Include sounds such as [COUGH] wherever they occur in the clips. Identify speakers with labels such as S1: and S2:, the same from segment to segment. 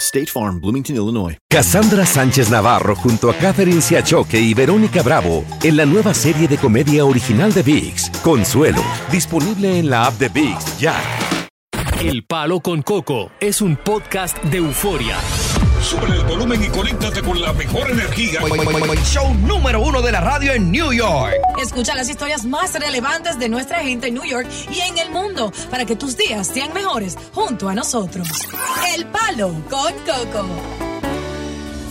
S1: State Farm, Bloomington, Illinois.
S2: Cassandra Sánchez Navarro junto a Catherine Siachoque y Verónica Bravo en la nueva serie de comedia original de VIX, Consuelo, disponible en la app de VIX ya.
S3: El Palo con Coco es un podcast de euforia.
S4: Sube el volumen y conéctate con la mejor energía.
S5: Show número uno de la radio en New York.
S6: Escucha las historias más relevantes de nuestra gente en New York y en el mundo para que tus días sean mejores junto a nosotros. El Palo con Coco.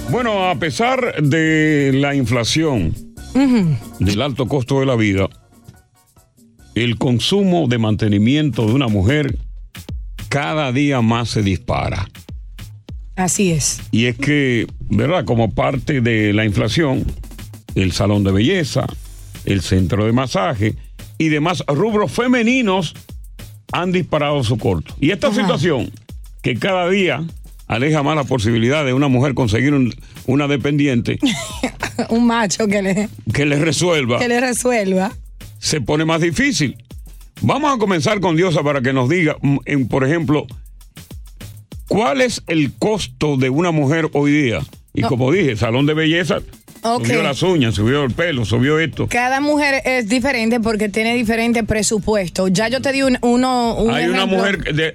S4: Bueno, a pesar de la inflación, del alto costo de la vida, el consumo de mantenimiento de una mujer cada día más se dispara.
S6: Así [LAUGHS] es.
S4: Y es que, ¿verdad? Como parte de la inflación, el salón de belleza, el centro de masaje y demás rubros femeninos han disparado su corto. Y esta situación, que cada día aleja más la posibilidad de una mujer conseguir un- una dependiente
S6: Un macho que le,
S4: que le resuelva,
S6: [LAUGHS] que le resuelva.
S4: se pone más difícil. Vamos a comenzar con Diosa para que nos diga, mm, en, por ejemplo, ¿cuál es el costo de una mujer hoy día? Y como dije, salón de belleza,
S6: Ok.
S4: subió las uñas, subió el pelo, subió esto.
S6: Cada mujer es diferente porque tiene diferente presupuesto. Ya yo te di un, uno. un
S4: Hay una
S6: ejemplo.
S4: mujer de,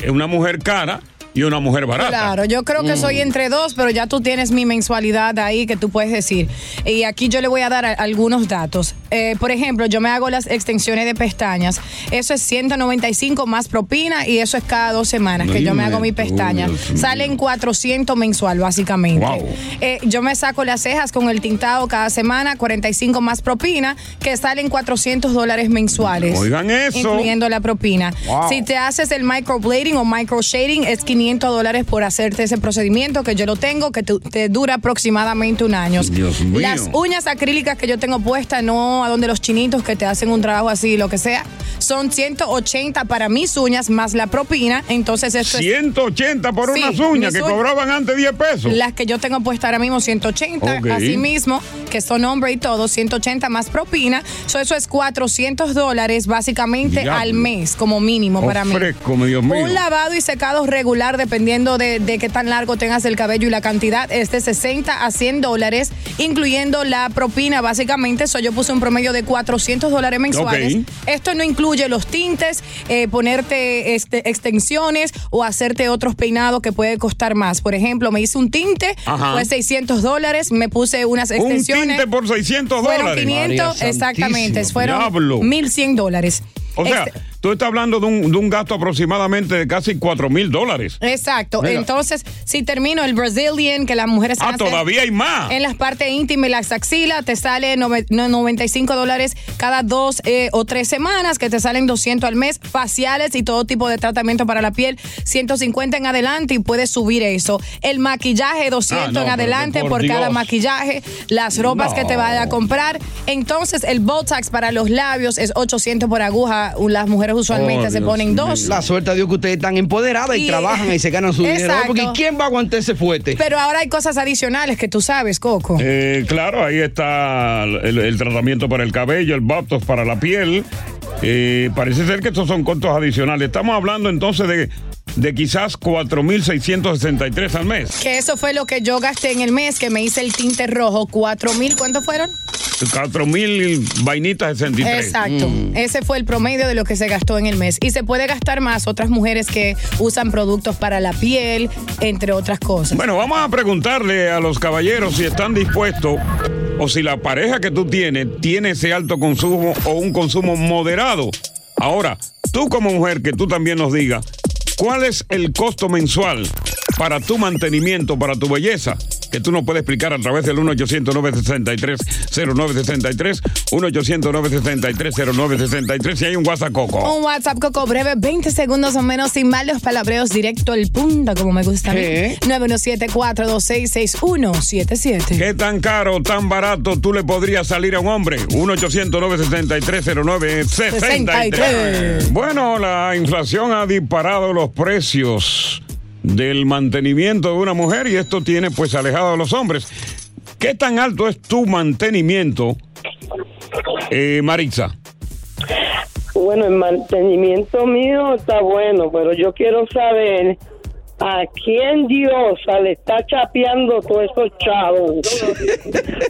S4: de- una mujer cara y una mujer barata. Mm.
S6: Claro, yo creo que soy entre dos, pero ya tú tienes mi mensualidad ahí que tú puedes decir. Y aquí yo le voy a dar a- algunos datos. Eh, por ejemplo, yo me hago las extensiones de pestañas. Eso es 195 más propina y eso es cada dos semanas que yo
S4: Dime
S6: me hago mi
S4: tú,
S6: pestaña.
S4: Dios mío.
S6: Salen 400 mensual, básicamente.
S4: Wow.
S6: Eh, yo me saco las cejas con el tintado cada semana, 45 más propina, que salen 400 dólares mensuales.
S4: Oigan eso.
S6: Incluyendo la propina.
S4: Wow.
S6: Si te haces el microblading o microshading, es 500 dólares por hacerte ese procedimiento que yo lo tengo, que tu- te, dura aproximadamente un año.
S4: Dios mío.
S6: Las uñas acrílicas que yo tengo puestas, no a donde los chinitos que te hacen un trabajo así, lo que sea, son 180 para mis uñas más la propina. Entonces, esto es
S4: 180 por
S6: Sí,
S4: unas uñas
S6: mis
S4: que
S6: uñas.
S4: cobraban antes 10 pesos.
S6: las que yo tengo puestas ahora mismo, 180,
S4: Ok.
S6: así mismo, que son hombre y todo, 180 más propina. So, eso es 400 dólares básicamente
S4: Diablo. Oh,
S6: al mes, como mínimo para mí.
S4: Ofrezco, mi Dios mío.
S6: Un lavado y secado regular, dependiendo de, de qué tan largo tengas el cabello y la cantidad, es de 60 a 100 dólares, incluyendo la propina, básicamente. So, yo puse un promedio de 400 dólares mensuales.
S4: Ok.
S6: Esto no incluye los tintes, eh, ponerte este, extensiones o hacerte otros peinados que puede costar más. Por ejemplo, me hice un tinte,
S4: Ajá.
S6: fue 600 dólares, me puse unas
S4: Un
S6: extensiones.
S4: tinte por 600
S6: fueron
S4: dólares.
S6: 500,
S7: María
S6: exactamente,
S7: Santísima.
S6: fueron
S4: Diablo.
S6: 1.100 dólares.
S4: O sea,
S6: Este-
S4: tú estás hablando de un, de un gasto aproximadamente de casi 4 mil
S6: Eh,
S4: dólares.
S6: Exacto.
S4: Mira.
S6: Entonces, si termino el Brazilian, que las mujeres
S4: Ah,
S6: hacen
S4: todavía hay más.
S6: En las partes íntimas y las axilas te sale nove- no- 95 dólares cada dos eh, o tres semanas, que te salen 200 al mes, faciales y todo tipo de tratamiento para la piel, 150 en adelante y puedes subir eso. El maquillaje, 200
S4: Ah, no,
S6: en
S4: pero
S6: adelante
S4: por
S6: por, cada
S4: Dios.
S6: maquillaje, las ropas que te
S4: No.
S6: vaya a comprar. Entonces, el Botox para los labios es 800 por aguja. Las mujeres usualmente
S4: Oh,
S6: se
S4: Dios
S6: ponen
S4: mío.
S6: dos.
S5: La suerte de Dios que ustedes están empoderadas y,
S6: Y-
S5: trabajan y se ganan su dinero. ¿no?
S6: Exacto.
S5: Porque ¿quién va a aguantar ese fuerte?
S6: Pero ahora hay cosas adicionales que tú sabes, Coco.
S4: Eh, claro, ahí está el, el tratamiento para el cabello, el botox para la piel. Eh, parece ser que estos son costos adicionales. Estamos hablando entonces de, de quizás 4.663 al mes.
S6: Que eso fue lo que yo gasté en el mes que me hice el tinte rojo. ¿Cuatro mil? ¿Cuántos fueron?
S4: 4.000 vainitas 63.
S6: Exacto.
S4: Mm.
S6: Ese fue el promedio de lo que se gastó en el mes. Y se puede gastar más otras mujeres que usan productos para la piel, entre otras cosas.
S4: Bueno, vamos a preguntarle a los caballeros si están dispuestos o si la pareja que tú tienes tiene ese alto consumo o un consumo moderado. Ahora, tú como mujer, que tú también nos digas, ¿cuál es el costo mensual para tu mantenimiento, para tu belleza? que tú nos puedes explicar a través del 1-800-963-0963, 1-800-963-0963, si hay un WhatsApp Coco.
S6: Un WhatsApp Coco breve, 20 segundos o menos, sin malos palabreos, directo al punto, como me gusta a mí.
S5: ¿Qué?
S6: 917-426-6177.
S4: ¿Qué tan caro o tan barato tú le podrías salir a un hombre? 1-800-963-0963.
S6: 63.
S4: Bueno, la inflación ha disparado los precios del mantenimiento de una mujer y esto tiene pues alejado a los hombres. ¿Qué tan alto es tu mantenimiento, eh, Maritza?
S8: Bueno, el mantenimiento mío está bueno, pero yo quiero saber a quién Dios le está chapeando todos esos chavos.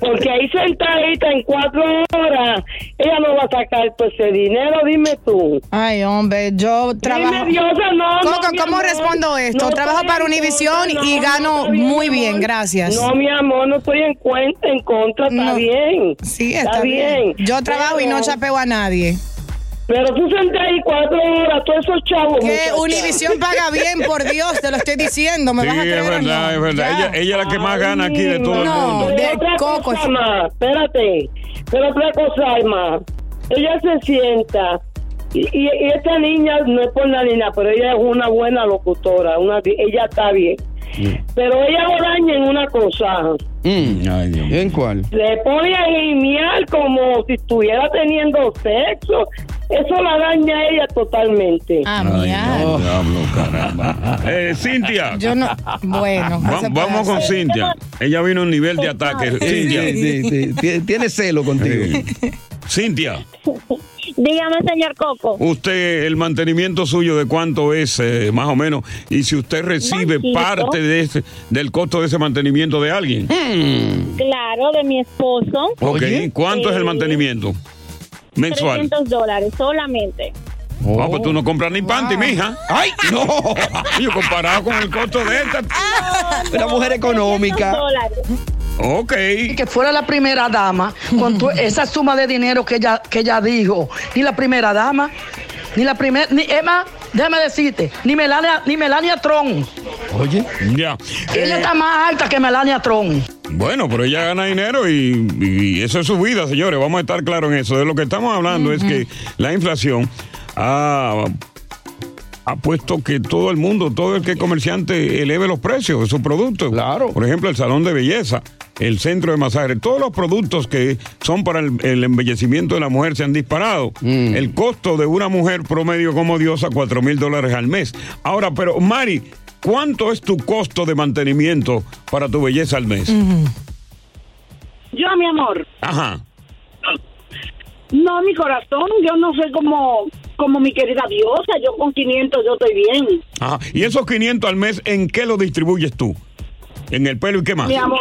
S8: Porque ahí sentadita en cuatro horas, ella no va a sacar todo ese dinero, dime tú.
S6: Ay, hombre, yo trabajo.
S8: Dime, Diosa, no, no,
S6: Coco,
S8: mi
S6: ¿cómo
S8: amor.
S6: respondo esto?
S8: No
S6: trabajo
S8: estoy
S6: para
S8: en
S6: Univisión
S8: contra,
S6: y
S8: no,
S6: gano
S8: está bien,
S6: muy
S8: mi
S6: bien,
S8: amor.
S6: gracias.
S8: No, mi amor, no estoy en, cuenta, en contra, está
S6: No.
S8: bien.
S6: Sí, está, bien. Yo trabajo y no
S8: Pero-
S6: chapeo a nadie.
S8: Pero tú sentas ahí cuatro horas, todos esos chavos.
S6: Que
S8: muchacha.
S6: Univisión paga bien, por Dios, te lo estoy diciendo. ¿Me
S4: Sí,
S6: vas a
S4: es
S6: creer o
S4: verdad,
S6: no?
S4: es verdad.
S6: Ya.
S4: Ella, ella es la que más gana aquí de todo el
S6: No.
S4: mundo.
S8: Pero
S6: de
S8: otra
S6: coco,
S8: cosa
S6: sí.
S8: más, espérate. Pero otra cosa más. Ella se sienta. Y, y, y esta niña no es por la niña, pero ella es una buena locutora. Una, ella está bien. Pero ella lo daña en una cosa.
S4: Ay, Dios mío.
S5: Mm. ¿En cuál?
S8: Le pone a gimiar como si estuviera teniendo sexo. Eso la daña a ella totalmente.
S6: Ah,
S4: Ay,
S6: mira.
S4: no, diablo, caramba. [LAUGHS] Eh, Cintia.
S6: Yo no. Bueno, ¿qué
S4: Va-
S6: se puede
S4: vamos con
S6: hacer?
S4: Cintia. Ella vino a un nivel de ataque.
S5: Sí,
S4: Cintia.
S5: sí, sí, sí. Tiene celo contigo. [LAUGHS]
S4: Cintia,
S9: Dígame, señor Coco.
S4: usted, el mantenimiento suyo, ¿de cuánto es eh, más o menos? Y si usted recibe
S9: Poquito.
S4: parte de ese- del costo de ese mantenimiento de alguien.
S5: Mm.
S9: Claro, de mi esposo.
S4: Ok, ¿Cuánto es el
S9: Eh,
S4: mantenimiento mensual?
S9: 300 dólares solamente.
S4: Ah, pues tú no compras ni panty, mija. ¡Ay, [LAUGHS] no! Yo comparado con el costo de esta.
S5: Una mujer
S9: 300
S5: económica.
S9: dólares.
S4: Ok.
S8: que fuera la primera dama con tu- esa suma de dinero que ella que ella dijo ni la primera dama ni la primera ni Emma déjame decirte ni Melania ni Melania Tron
S5: Oye.
S4: Ya.
S8: ella
S4: Eh,
S8: está más alta que Melania Tron
S4: Bueno, pero ella gana dinero y, y eso es su vida, señores. Vamos a estar claros en eso. De lo que estamos hablando es que la inflación ha, ha puesto que todo el mundo, todo el que es comerciante, eleve los precios de sus productos.
S5: Claro.
S4: Por ejemplo, el salón de belleza, el centro de masaje, todos los productos que son para el, el embellecimiento de la mujer se han disparado. El costo de una mujer promedio como diosa, 4 mil dólares al mes. Ahora, pero Mari, ¿cuánto es tu costo de mantenimiento para tu belleza al mes?
S8: yo mi amor
S4: Ajá.
S8: no mi corazón yo no soy como como mi querida diosa yo con 500 yo estoy bien
S4: Ajá. ¿Y esos 500 al mes en qué los distribuyes tú? ¿En el pelo y qué más?
S8: mi amor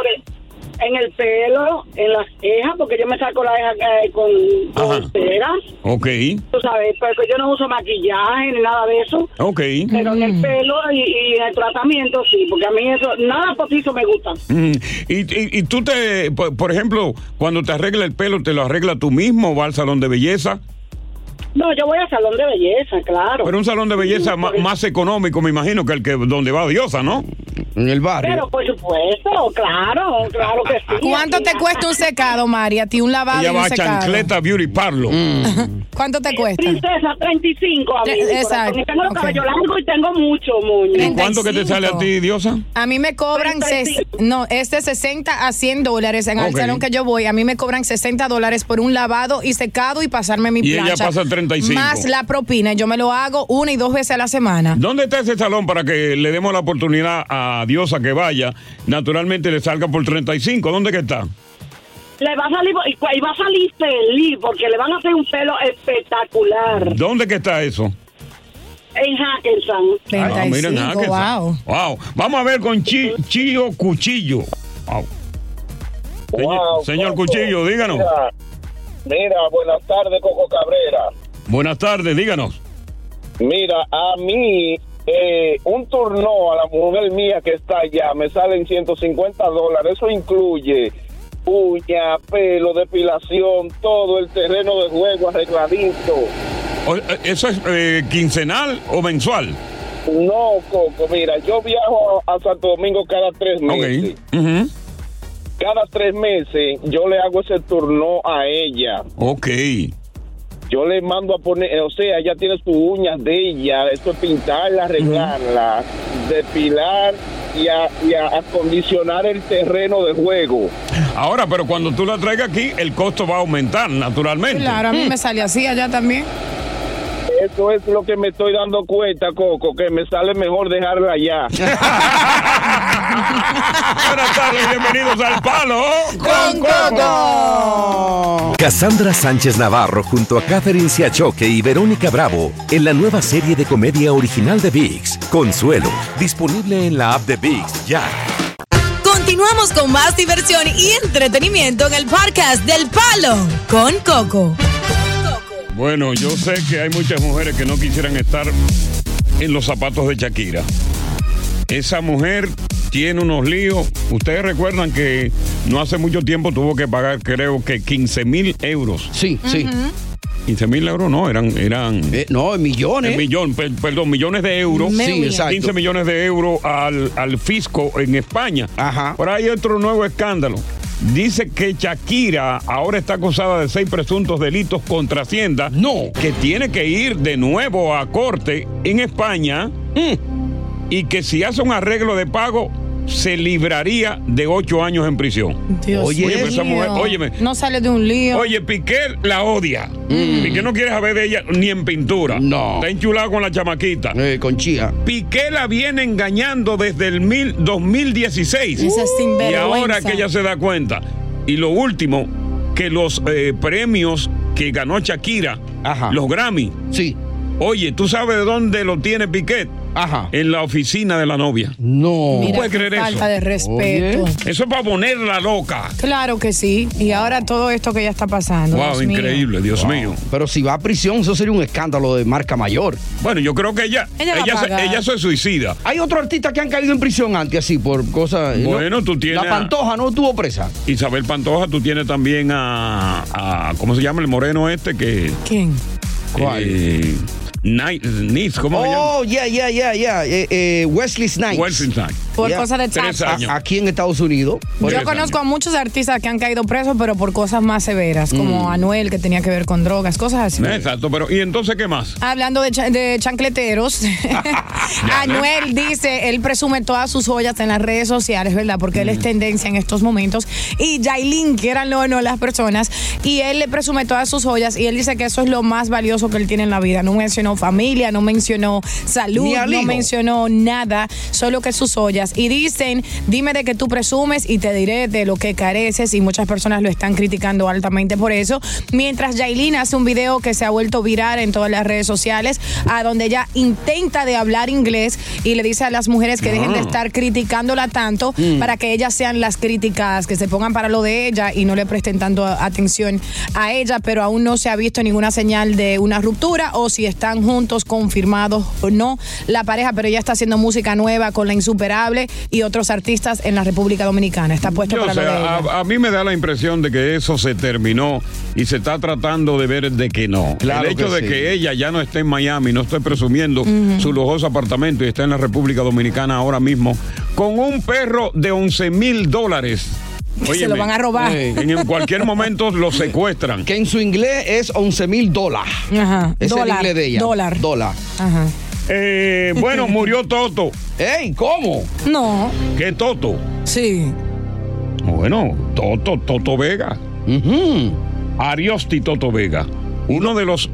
S8: en el pelo en las cejas porque yo me saco las cejas eh, con,
S4: Ajá.
S8: con cera
S4: Ok,
S8: tú sabes porque yo no uso maquillaje ni nada de eso
S4: ok.
S8: Pero en el pelo y, y el tratamiento sí, porque a mí eso, nada poquito me gusta.
S4: Mm, ¿Y, y, y tú te, por, por ejemplo, cuando te arregla el pelo, te lo arregla tú mismo, va al salón de belleza?
S8: No, yo voy al salón de belleza, claro.
S4: Pero un salón de belleza ma- más, económico, me imagino, que el que donde va Diosa, ¿no?
S5: En el barrio.
S8: Pero por supuesto, claro, claro que sí.
S6: ¿Cuánto te cuesta un secado, Mari? A ti un lavado
S4: Ella
S6: y un
S4: va a
S6: secado.
S4: Chancleta Beauty Parlo.
S5: Mm.
S6: ¿Cuánto te cuesta?
S8: Princesa, 35, amigo.
S6: Tre- exacto,
S8: Exacto. Tengo
S6: ok.
S8: cabello largo y tengo mucho,
S4: ¿En
S8: moño.
S4: cuánto que te
S6: 35.
S4: sale a ti, Diosa?
S6: A mí me cobran, ses-
S8: 35.
S6: no, es de 60 a 100 dólares en el
S4: Ok.
S6: salón que yo voy. A mí me cobran 60 dólares por un lavado y secado y pasarme mi
S4: Y ella
S6: plancha.
S4: pasa 35.
S6: Más la propina. Yo me lo hago una y dos veces a la semana.
S4: ¿Dónde está ese salón para que le demos la oportunidad a Diosa que vaya? Naturalmente le salga por 35. ¿Dónde que está?
S8: Le va a salir, y cu- y va a salir feliz, porque le van a hacer un pelo espectacular
S4: ¿Dónde que está eso?
S8: en Hackensack.
S4: Ah,
S6: 35,
S4: miren, ah, que sa-
S6: wow.
S4: wow. Vamos a ver con Chi- Chío Cuchillo. Wow. Señor, señor Cuchillo, díganos.
S10: Mira, buenas tardes, Coco Cabrera.
S4: Buenas tardes, díganos.
S10: Mira, a mí eh, un turno a la mujer mía que está allá me salen 150 dólares. Eso incluye uña, pelo, depilación, todo el terreno de juego arregladito.
S4: O- eh, ¿Eso es eh, quincenal o mensual?
S10: No, Coco, mira, yo viajo a, a Santo Domingo cada tres
S4: Ok.
S10: meses.
S4: Ujú.
S10: cada tres meses yo le hago ese turno a ella.
S4: Ok.
S10: Yo le mando a poner, eh, o sea, ella tiene sus uñas de ella, eso es pintarla, arreglarla, depilar y, a- y a- acondicionar el terreno de juego.
S4: Ahora, pero cuando tú la traigas aquí, el costo va a aumentar, naturalmente.
S6: Claro, a mí me sale así allá también.
S10: Eso es lo que me estoy dando cuenta, Coco, que me sale mejor dejarla allá.
S4: Buenas tardes, bienvenidos al Palo
S7: con Coco.
S2: Cassandra Sánchez Navarro junto a Catherine Siachoque y Verónica Bravo en la nueva serie de comedia original de VIX, Consuelo, disponible en la app de VIX ya.
S11: Continuamos con más diversión y entretenimiento en el podcast del Palo con Coco.
S4: Bueno, yo sé que hay muchas mujeres que no quisieran estar en los zapatos de Shakira. Esa mujer tiene unos líos. Ustedes recuerdan que no hace mucho tiempo tuvo que pagar, creo que 15 mil euros.
S12: Sí, sí. Eh,
S4: 15 mil euros no, eran. eran
S12: no, millones.
S4: millón, per- perdón, millones de euros.
S12: Sí, exacto.
S4: 15 millones de euros al, al fisco en España. Ajá. Pero hay otro nuevo escándalo. Dice que Shakira ahora está acusada de seis presuntos delitos contra Hacienda. No. Que tiene que ir de nuevo a corte en España. Y que si hace un arreglo de pago, se libraría de ocho años en prisión.
S6: Dios
S4: Oye, pero esa mujer,
S6: mío.
S4: óyeme,
S6: No sale de un lío.
S4: Oye, Piqué la odia.
S6: Mm.
S4: Piqué no quiere saber de ella ni en pintura. No. Está enchulado con la chamaquita.
S6: Eh,
S12: con Chía.
S4: Piqué la viene engañando desde el mil- 2016.
S6: Esa es
S4: y
S6: sinvergüenza.
S4: ahora que ella se da cuenta. Y lo último, que los eh, premios que ganó Shakira, los Grammy.
S12: Sí.
S4: Oye, ¿tú sabes de dónde lo tiene Piqué?
S12: Ajá.
S4: En la oficina de la novia.
S12: No.
S6: Mira
S4: puedes
S6: qué
S4: creer
S6: falta
S4: eso?
S6: de respeto.
S4: Eso es para ponerla loca.
S6: Claro que sí. Y ahora todo esto que ya está pasando.
S4: Wow,
S6: Dios mío.
S4: increíble, Dios mío.
S12: Pero si va a prisión, eso sería un escándalo de marca mayor.
S4: Bueno, yo creo que ella,
S12: Ella va a
S4: ella,
S12: pagar.
S4: se, ella se suicida.
S12: Hay otros artistas que han caído en prisión antes, así, por cosas. ¿no?
S4: Bueno, tú tienes.
S12: La Pantoja no estuvo presa.
S4: Isabel Pantoja, tú tienes también a, a- ¿Cómo se llama el moreno este que.
S6: ¿Quién?
S4: Eh, Ni- Nis, Pues, ¿cómo se llama?
S12: Oh, ya, ya, ya, ya. Eh, eh, Wesley Snipes.
S4: Wesley Snipes.
S6: Por cosas de
S12: Tres
S6: taxi.
S12: años. A- Aquí en Estados Unidos. Por-
S6: Yo conozco a muchos artistas que han caído presos, pero por cosas más severas,
S4: Mm.
S6: como Anuel, que tenía que ver con drogas, cosas así.
S4: Exacto, pero ¿y entonces qué más?
S6: Hablando de, cha- de [LAUGHS] chancleteros, Anuel dice, él presume todas sus joyas en las redes sociales, ¿verdad? Porque él es tendencia en estos momentos. Y Jailin, que eran lo no las personas, y él le presume todas sus joyas y él dice que eso es lo más valioso que él tiene en la vida. No mencionó familia, no mencionó salud,
S12: Ni al
S6: no
S12: hijo.
S6: mencionó nada, solo que sus joyas. Y dicen, dime de qué tú presumes y te diré de lo que careces. Y muchas personas lo están criticando altamente por eso. Mientras Yailin hace un video que se ha vuelto viral en todas las redes sociales, a donde ella intenta de hablar inglés y le dice a las mujeres que dejen de
S13: Ah.
S6: estar criticándola tanto
S13: Mm.
S6: para que ellas sean las criticadas, que se pongan para lo de ella y no le presten tanto a- atención a ella, pero aún no se ha visto ninguna señal de una ruptura o si están juntos, confirmados o no la pareja, pero ella está haciendo música nueva con La Insuperable y otros artistas en la República Dominicana. Está puesto
S4: Yo,
S6: para
S4: o sea,
S6: lo de ella.
S4: a, a mí me da la impresión de que eso se terminó y se está tratando de ver de que no.
S12: Claro
S4: el hecho de
S12: que sí.
S4: que ella ya no esté en Miami, no esté presumiendo
S12: Ujú.
S4: su lujoso apartamento y está en la República Dominicana ahora mismo, con un perro de 11 mil dólares.
S6: Que se lo van a robar.
S4: eh, En cualquier momento
S12: [LAUGHS]
S4: lo secuestran.
S12: Que en su inglés es 11 mil dólares.
S6: Ajá.
S12: Es el
S6: Mm, Dólar,
S12: inglés de ella.
S6: Dólar.
S12: Dólar.
S6: Ajá.
S12: [LAUGHS]
S4: Eh, bueno, murió Toto.
S12: ¡Ey! ¿Cómo?
S6: No.
S4: ¿Qué Toto?
S6: Sí.
S4: Bueno, Toto, Toto Vega. Ariosti Toto Vega. Uno de los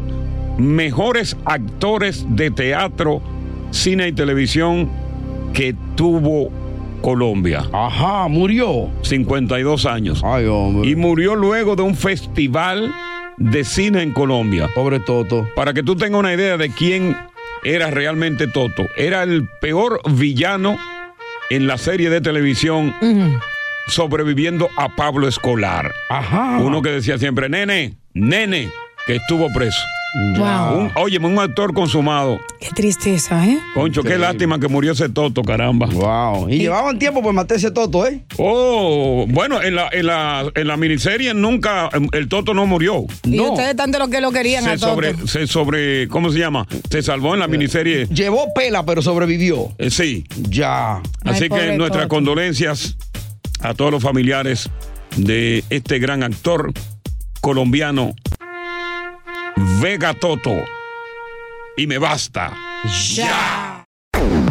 S4: mejores actores de teatro, cine y televisión que tuvo Colombia.
S12: Ajá, murió.
S4: 52 años.
S12: Ay, hombre.
S4: Y murió luego de un festival de cine en Colombia.
S12: Pobre Toto.
S4: Para que tú tengas una idea de quién era realmente Toto. Era el peor villano en la serie de televisión sobreviviendo a Pablo Escolar.
S12: Ajá.
S4: Uno que decía siempre, nene, nene, que estuvo preso.
S6: Wow.
S4: Un, óyeme, un actor consumado.
S6: Qué tristeza, ¿eh?
S4: Concho, qué lástima que murió ese Toto, caramba.
S12: Wow. Y llevaban tiempo por matar ese Toto, ¿eh?
S4: Oh, bueno, en la, en la, en la miniserie nunca em, el Toto no murió.
S6: Y ustedes tanto lo que lo querían a
S4: Se
S6: todos.
S4: sobre, se sobre, ¿cómo se llama? Se salvó en la miniserie.
S12: Llevó pela, pero sobrevivió.
S4: Eh, sí.
S12: Ya.
S4: Así
S12: pobre
S4: que nuestras
S12: Toto.
S4: condolencias a todos los familiares de este gran actor colombiano, Vega Toto. Y me basta. ¡Ya!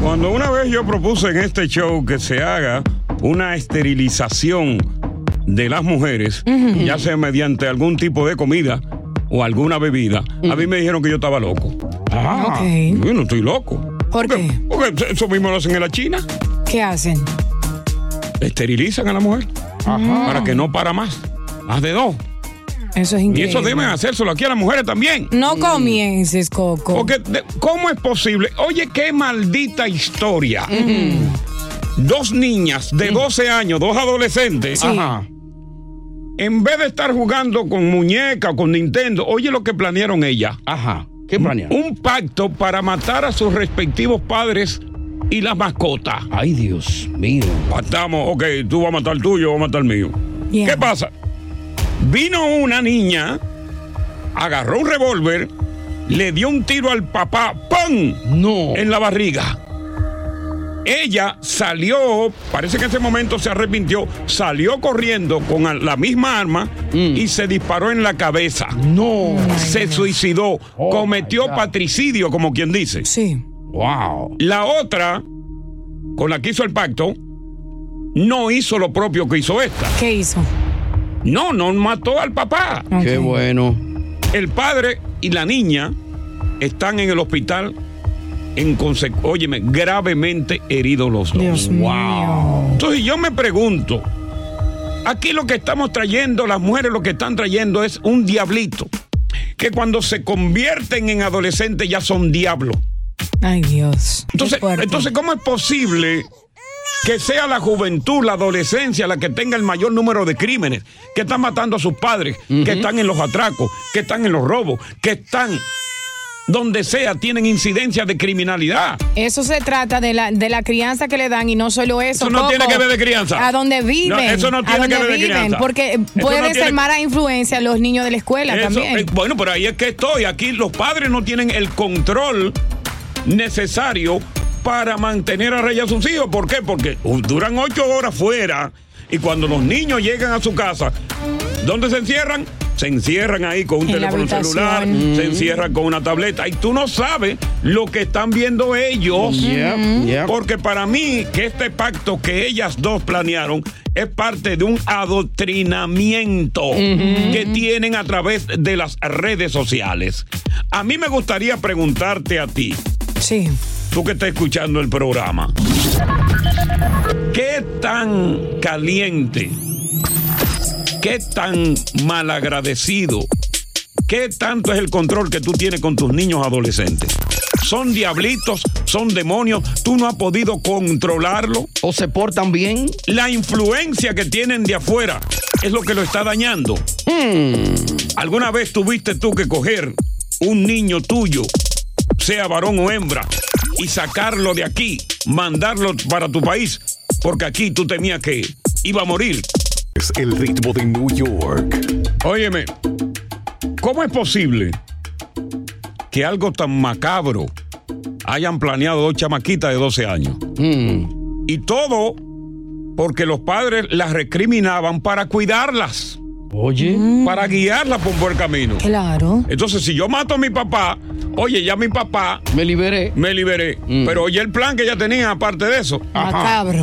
S4: Cuando una vez yo propuse en este show que se haga una esterilización de las mujeres,
S7: Ujú.
S4: ya sea mediante algún tipo de comida o alguna bebida, a mí me dijeron que yo estaba loco. Ah, yo no estoy loco.
S6: ¿Por qué?
S4: Porque eso mismo lo hacen en la China.
S6: ¿Qué hacen?
S4: Esterilizan a la mujer para que no para más. Más de dos.
S6: Eso es
S4: Y
S6: increíble.
S4: eso deben hacérselo aquí a las mujeres también.
S6: No comiences, Coco.
S4: Porque, de- ¿cómo es posible? Oye, qué maldita historia. Dos niñas de 12 años, dos adolescentes.
S7: Sí.
S4: Ajá. En vez de estar jugando con muñeca o con Nintendo, oye lo que planearon ellas. Ajá. ¿Qué planearon? Un pacto para matar a sus respectivos padres y las mascotas. Ay, Dios mío. Pactamos, ok, tú vas a matar el tuyo, yo voy a matar el mío. ¿Qué pasa? Vino una niña, agarró un revólver, le dio un tiro al papá, ¡pam! No. En la barriga. Ella salió, parece que en ese momento se arrepintió, salió corriendo con a- la misma arma
S6: Mm.
S4: y se disparó en la cabeza. No. Se suicidó, cometió patricidio, como quien dice.
S6: Sí.
S4: Wow. La otra, con la que hizo el pacto, no hizo lo propio que hizo esta.
S6: ¿Qué hizo?
S4: No, no mató al papá.
S12: Qué bueno.
S4: El padre y la niña están en el hospital, en conse- óyeme, gravemente heridos los dos. wow. Entonces yo me pregunto, aquí lo que estamos trayendo, las mujeres lo que están trayendo es un diablito, que cuando se convierten en adolescentes ya son diablos.
S6: Ay, Dios.
S4: Entonces, entonces, ¿cómo es posible que sea la juventud, la adolescencia, la que tenga el mayor número de crímenes, que están matando a sus padres, que están en los atracos, que están en los robos, que están donde sea, tienen incidencia de criminalidad?
S6: Eso se trata de la, de la crianza que le dan y no solo eso.
S4: Eso no
S6: Coco.
S4: tiene que ver de crianza.
S6: A donde viven.
S4: No, eso no
S6: a
S4: tiene
S6: donde
S4: que ver de
S6: viven,
S4: crianza.
S6: Porque
S4: Eso
S6: puede
S4: no tiene-
S6: ser mala influencia a los niños de la escuela
S4: Eso,
S6: también.
S4: eh, bueno, por ahí es que estoy. Aquí los padres no tienen el control necesario para mantener a raya a sus hijos. ¿Por qué? Porque uh, duran ocho horas fuera y cuando los niños llegan a su casa, ¿dónde se encierran? Se encierran ahí con
S7: En
S4: un
S7: la
S4: teléfono
S7: habitación.
S4: celular,
S7: Mm.
S4: se encierran con una tableta. Y tú no sabes lo que están viendo ellos.
S12: Mm. Yep, yep.
S4: Porque para mí que este pacto que ellas dos planearon es parte de un adoctrinamiento que tienen a través de las redes sociales. A mí me gustaría preguntarte a ti.
S6: Sí.
S4: Tú que estás escuchando el programa. ¿Qué tan caliente? ¿Qué tan malagradecido? ¿Qué tanto es el control que tú tienes con tus niños adolescentes? ¿Son diablitos? ¿Son demonios? ¿Tú no has podido controlarlo?
S12: ¿O se portan bien?
S4: La influencia que tienen de afuera es lo que lo está dañando.
S12: Mm.
S4: ¿Alguna vez tuviste tú que coger un niño tuyo, sea varón o hembra, y sacarlo de aquí, mandarlo para tu país? Porque aquí tú temías que iba a morir.
S13: Es el ritmo de New York.
S4: Óyeme, ¿cómo es posible que algo tan macabro hayan planeado dos chamaquitas de 12 años?
S12: Hmm.
S4: Y todo porque los padres las recriminaban para cuidarlas. Oye. Para guiarlas por un buen camino.
S6: Mm. Claro.
S4: Entonces, si yo mato a mi papá, oye, ya mi papá.
S12: Me liberé. Mm.
S4: Me liberé. Pero oye el plan que ya tenía, aparte de eso.
S6: Macabro.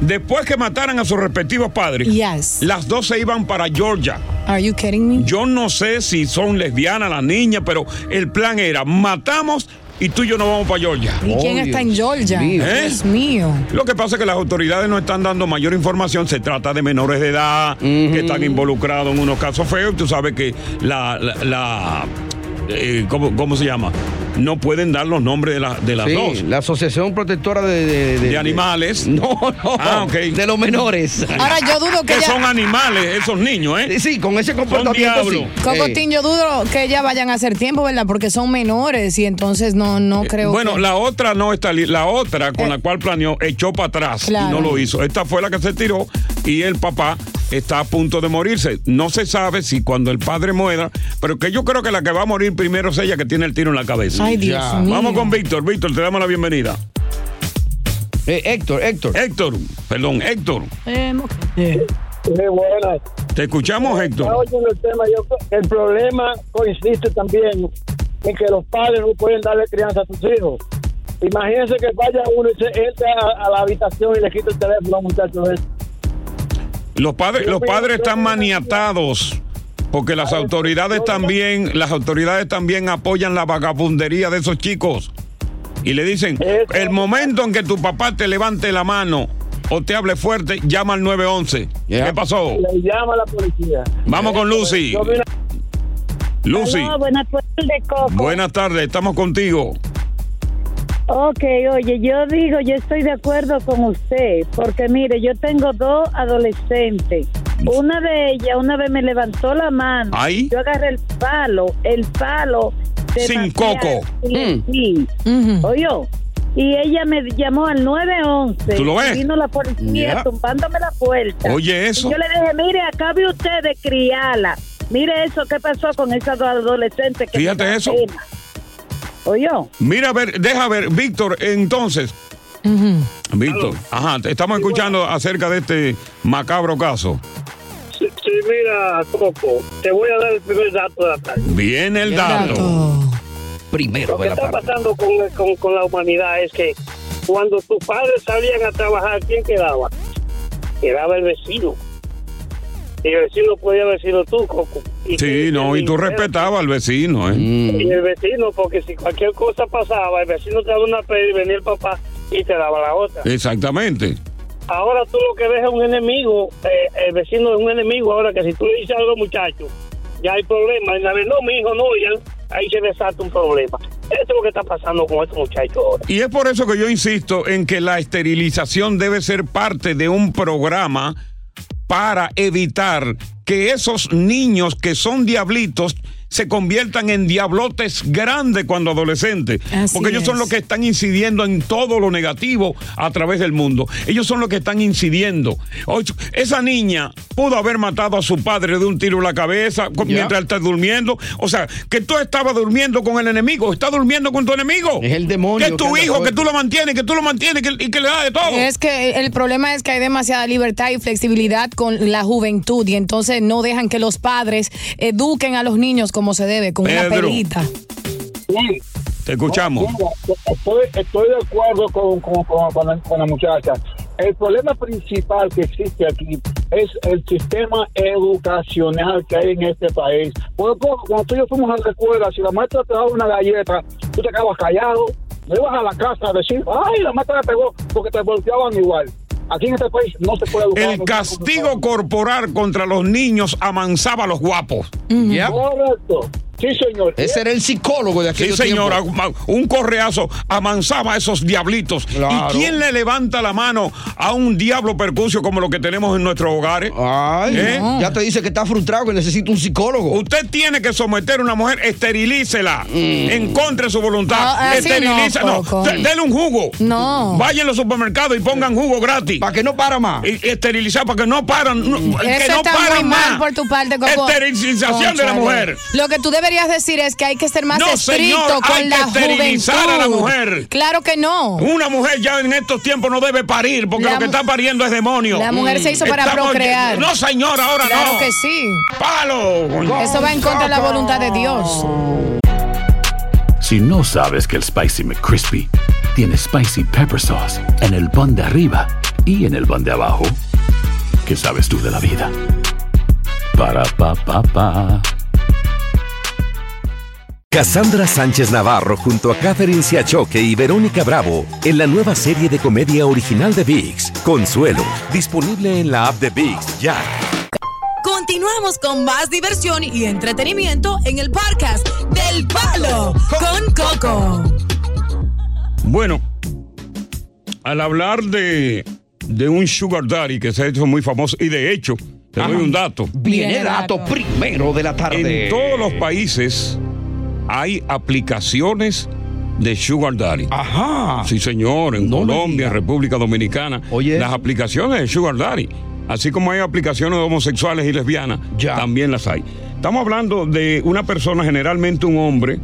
S4: Después que mataran a sus respectivos padres,
S6: Yes.
S4: las dos se iban para Georgia.
S6: Are you kidding me?
S4: Yo no sé si son lesbianas las niñas, pero el plan era: matamos y tú y yo nos vamos para Georgia.
S6: ¿Y quién está en Georgia?
S4: ¿Eh?
S6: Dios mío.
S4: Lo que pasa es que las autoridades no están dando mayor información. Se trata de menores de edad que están involucrados en unos casos feos. Tú sabes que la. la- la- eh, ¿cómo, cómo se llama? No pueden dar los nombres de, la- de las
S12: Sí,
S4: dos.
S12: La Asociación Protectora de... De,
S4: De animales.
S12: [LAUGHS] No, no.
S4: Ah, ok.
S12: De los menores.
S6: Ahora, yo dudo que
S4: Que
S6: ella-
S4: son animales esos niños, ¿eh?
S12: Sí, con ese Eh.
S4: comportamiento. Son diablos.
S6: Cocotín, yo dudo que ellas vayan a hacer tiempo, ¿verdad? Porque son menores y entonces no, no creo
S4: Eh, bueno,
S6: que... Eh.
S4: la otra no está li- la otra con la cual planeó echó para atrás
S6: Claro.
S4: y no lo hizo. Esta fue la que se tiró y el papá está a punto de morirse. No se sabe si cuando el padre muera, pero que yo creo que la que va a morir primero es ella que tiene el tiro en la cabeza.
S7: Ay, Dios Ya. mío.
S4: Vamos con Víctor. Víctor, te damos la bienvenida. Eh, Héctor, Héctor. Héctor, perdón, Héctor.
S14: Sí, buenas.
S4: Te escuchamos,
S14: Estaba
S4: Héctor.
S14: oyendo el tema. Yo, el problema consiste también en que los padres no pueden darle crianza a sus hijos. Imagínense que vaya uno y se entra a, a la habitación y le quita el teléfono a un muchacho. de esos.
S4: Los padres, los padres están maniatados. Porque las autoridades también, las autoridades también apoyan la vagabundería de esos chicos. Y le dicen, el momento en que tu papá te levante la mano o te hable fuerte, llama al 911. ¿Qué pasó?
S14: Le llama a la policía.
S4: Vamos con Lucy.
S14: Yo vi una-
S4: Lucy,
S9: Aló, buenas tardes, pues Coco.
S4: buenas tardes, estamos contigo.
S9: Ok, oye, yo digo, yo estoy de acuerdo con usted, porque mire, yo tengo dos adolescentes. Una de ellas una vez me levantó la mano.
S4: Ay.
S9: Yo agarré el palo, el palo. de
S4: Sin
S9: Matías,
S4: coco.
S9: y le di. Oyó. Y ella me llamó al 911.
S4: ¿Tú lo ves?
S9: Vino la policía
S4: Ya.
S9: tumbándome la puerta.
S4: Oye, eso.
S9: Y yo le dije, mire, acabe usted de criarla. Mire eso, ¿qué pasó con esas dos adolescentes? Que me
S4: Fíjate
S9: da
S4: eso.
S9: pena. Oye.
S4: Mira, a ver, deja ver, Víctor, entonces. Víctor, ajá, te estamos escuchando acerca de este macabro caso.
S14: Sí, sí, mira, Coco, te voy a dar el primer dato de la tarde.
S4: Viene el
S14: El
S4: dato. Primero
S14: Lo que está pasando con, con- con la humanidad es que cuando tus padres salían a trabajar, ¿quién quedaba? Quedaba el vecino. Y el vecino podía haber sido tú, Coco. [LAUGHS] Y, Mm.
S4: Sí, no, y tú respetabas al vecino, ¿eh?
S14: y el vecino, porque si cualquier cosa pasaba, el vecino te daba una peli, venía el papá y te daba la otra.
S4: Exactamente.
S14: Ahora tú lo que ves es un enemigo, eh, el vecino es un enemigo. Ahora que si tú le dices algo muchacho, ya hay problema. Y la vez, no, mi hijo, no, y él- ahí se desata un problema. Eso es lo que está pasando con estos muchachos ahora.
S4: Y es por eso que yo insisto en que la esterilización debe ser parte de un programa para evitar que esos niños que son diablitos se conviertan en diablotes grandes cuando adolescentes.
S15: Así
S4: Porque ellos son
S15: es.
S4: los que están incidiendo en todo lo negativo a través del mundo. Ellos son los que están incidiendo. Ocho- Esa niña pudo haber matado a su padre de un tiro en la cabeza co-
S12: Ya.
S4: mientras él está durmiendo. O sea, que tú estabas durmiendo con el enemigo, estás durmiendo con tu enemigo. Es el demonio. Que es tu
S12: que anda
S4: hijo, que
S12: fuerte.
S4: tú lo mantienes, que tú lo mantienes que- y que le da de todo.
S6: Es que el problema es que hay demasiada libertad y flexibilidad con la juventud y entonces no dejan que los padres eduquen a los niños como se debe, con una
S4: Pedro.
S6: pelita.
S4: Te escuchamos.
S14: Mira, Estoy, estoy de acuerdo con, con- con- con la, con la muchacha. El problema principal que existe aquí es el sistema educacional que hay en este país. Porque co- cuando tú y yo fuimos a la escuela, si la maestra te daba una galleta, tú te quedabas callado, no ibas a la casa a decir, ay, la maestra me pegó, porque te volteaban igual. Aquí en este país no se puede educar.
S4: El castigo corporal contra los niños amansaba a los guapos.
S14: Correcto. Sí, señor.
S12: Ese era el psicólogo de
S4: Sí,
S12: aquellos
S4: señora,
S12: tiempos.
S4: un correazo amansaba a esos diablitos. ¿Y quién le levanta la mano a un diablo percucio como lo que tenemos en nuestros hogares?
S12: Ay,
S4: ¿Eh?
S12: no. Ya te dice que está frustrado, que necesita un psicólogo.
S4: Usted tiene que someter a una mujer, esterilícela
S12: Mm.
S4: en contra de su voluntad.
S12: No, así
S4: Esteriliza,
S12: no,
S4: no,
S12: Coco.
S4: de- dele un jugo.
S6: No.
S4: Vayan a los supermercados y pongan jugo gratis. Para
S12: que no para más.
S4: esterilizar, para que no paran. no- que
S6: Eso
S4: no
S6: está muy
S4: paren más.
S6: mal por tu parte, Coco.
S4: Esterilización de la
S6: Cónchale.
S4: mujer.
S6: Lo que tú deberías decir es que hay que ser más
S4: No,
S6: estricto
S4: señor,
S6: con
S4: hay que
S6: la
S4: esterilizar
S6: juventud.
S4: a la mujer.
S6: Claro que no.
S4: Una mujer ya en estos tiempos no debe parir porque
S6: La
S4: lo que
S6: mu-
S4: está pariendo es demonio. Mm.
S6: La mujer se hizo para procrear.
S4: No, señor, ahora
S6: claro
S4: no.
S6: que sí.
S4: ¡Palo!
S6: Eso va en contra de la voluntad de Dios.
S16: Si no sabes que el Spicy McCrispy tiene Spicy Pepper Sauce en el pan de arriba y en el pan de abajo, ¿qué sabes tú de la vida? Para, pa, pa, pa.
S2: Cassandra Sánchez Navarro junto a Catherine Siachoque y Verónica Bravo en la nueva serie de comedia original de VIX, Consuelo, disponible en la app de VIX ya.
S11: Continuamos con más diversión y entretenimiento en el podcast del Palo con Coco.
S4: Bueno, al hablar de, de un sugar daddy que se ha hecho muy famoso, y de hecho, te doy un dato.
S12: Viene el dato primero de la tarde.
S4: En todos los países hay aplicaciones de Sugar Daddy.
S12: Ajá.
S4: Sí, señor, en Colombia, República Dominicana. Oye. Las aplicaciones de Sugar Daddy. Así como hay aplicaciones de homosexuales y lesbianas, también las hay. Estamos hablando de una persona, generalmente un hombre,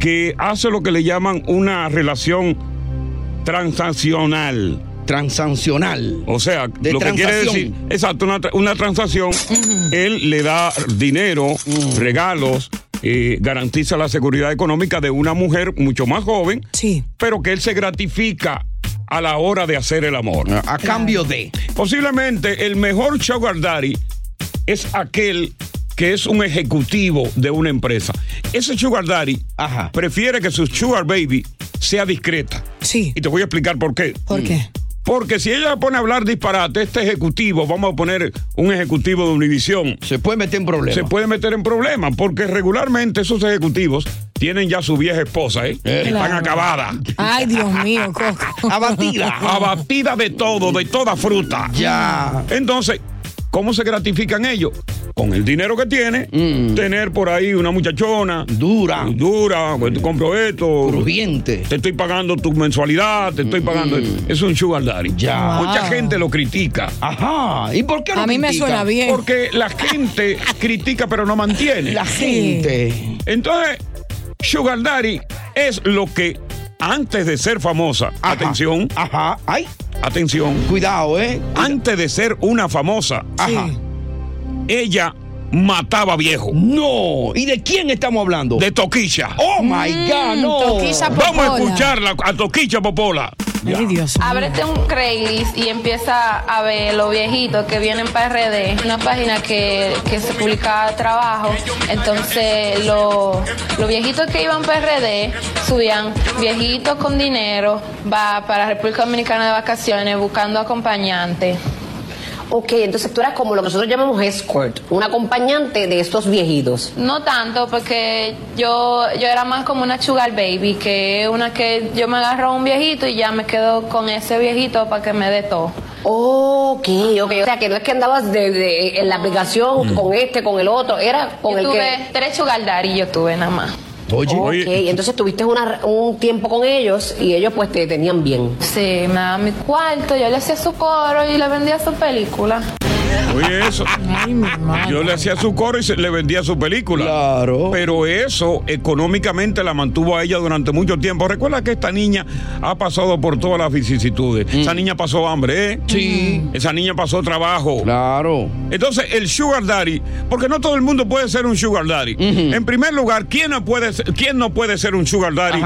S4: que hace lo que le llaman una relación transaccional.
S12: Transaccional.
S4: O sea,
S12: De
S4: lo que quiere decir,
S12: transacción.
S4: exacto, una, tra- una transacción, él le da dinero, regalos, eh, garantiza la seguridad económica de una mujer mucho más joven, pero que él se gratifica a la hora de hacer el amor.
S12: A cambio de.
S4: Posiblemente el mejor sugar daddy es aquel que es un ejecutivo de una empresa. Ese sugar daddy prefiere que su sugar baby sea discreta.
S6: Sí.
S4: Y te voy a explicar por qué.
S6: ¿Por qué?
S4: Porque si ella pone a hablar disparate, este ejecutivo, vamos a poner un ejecutivo de Univisión.
S12: Se puede meter en problemas.
S4: Se puede meter en problemas, porque regularmente esos ejecutivos tienen ya su vieja esposa, ¿eh? Están
S6: Claro.
S4: acabadas.
S6: Ay, Dios mío, Coco.
S4: Abatida de todo, de toda fruta.
S12: Ya.
S4: Entonces, ¿cómo se gratifican ellos? Con el dinero que tiene, tener por ahí una muchachona.
S12: Mm. Dura.
S4: Dura, pues te compro esto.
S12: Crujiente. Mm.
S4: Te estoy pagando tu mensualidad, te estoy pagando. Es un sugar daddy.
S12: Ya.
S4: Mucha
S12: Wow.
S4: gente lo critica.
S12: Ajá. ¿Y por qué lo
S6: A mí me
S12: critican?
S6: suena bien.
S4: Porque la
S12: [LAUGHS]
S4: gente critica, pero no mantiene.
S12: La gente.
S4: Entonces, Sugar Daddy es lo que antes de ser famosa, atención.
S12: Ajá. Ay.
S4: Atención.
S12: Cuidado, ¿eh?
S4: Antes de ser una famosa,
S12: Ajá.
S4: ella mataba viejo.
S12: No. ¿Y de quién estamos hablando?
S4: De Toquilla.
S12: Oh my God, no.
S15: Mm, Toquilla
S4: Vamos a
S15: Popola.
S4: escucharla a Toquilla Popola.
S6: Ay, Dios.
S15: Ábrete un Craigslist y empieza a ver los viejitos que vienen para RD, una página que, que se publica trabajo. Entonces, lo- los viejitos que iban para RD subían viejitos con dinero, va para República Dominicana de vacaciones buscando acompañante.
S17: Ok, entonces tú eras como lo que nosotros llamamos escort, un acompañante de estos viejitos.
S15: No tanto, porque yo, yo era más como una sugar baby, que es una que yo me agarro a un viejito y ya me quedo con ese viejito para que me dé todo.
S17: Ok, ok. O sea, que no es que andabas de, de- en la aplicación con este, con el otro, era con
S15: Yo
S17: el
S15: tuve
S17: que...
S15: tres sugar daddy, yo tuve nada más.
S12: Oye.
S17: Ok, entonces tuviste una- un tiempo con ellos y ellos pues te tenían bien.
S15: Sí, me daba mi cuarto, yo le hacía su coro y le vendía su película.
S4: Oye, eso. Yo le hacía su coro y se- le vendía su película. Claro. Pero eso económicamente la mantuvo a ella durante mucho tiempo. Recuerda que esta niña ha pasado por todas las vicisitudes. Esa niña pasó hambre, ¿eh? Mm. Sí. Esa niña pasó trabajo.
S12: Claro.
S4: Entonces, el sugar daddy, porque no todo el mundo puede ser un sugar daddy. En primer lugar, ¿quién no puede ser, quién no puede ser un sugar daddy?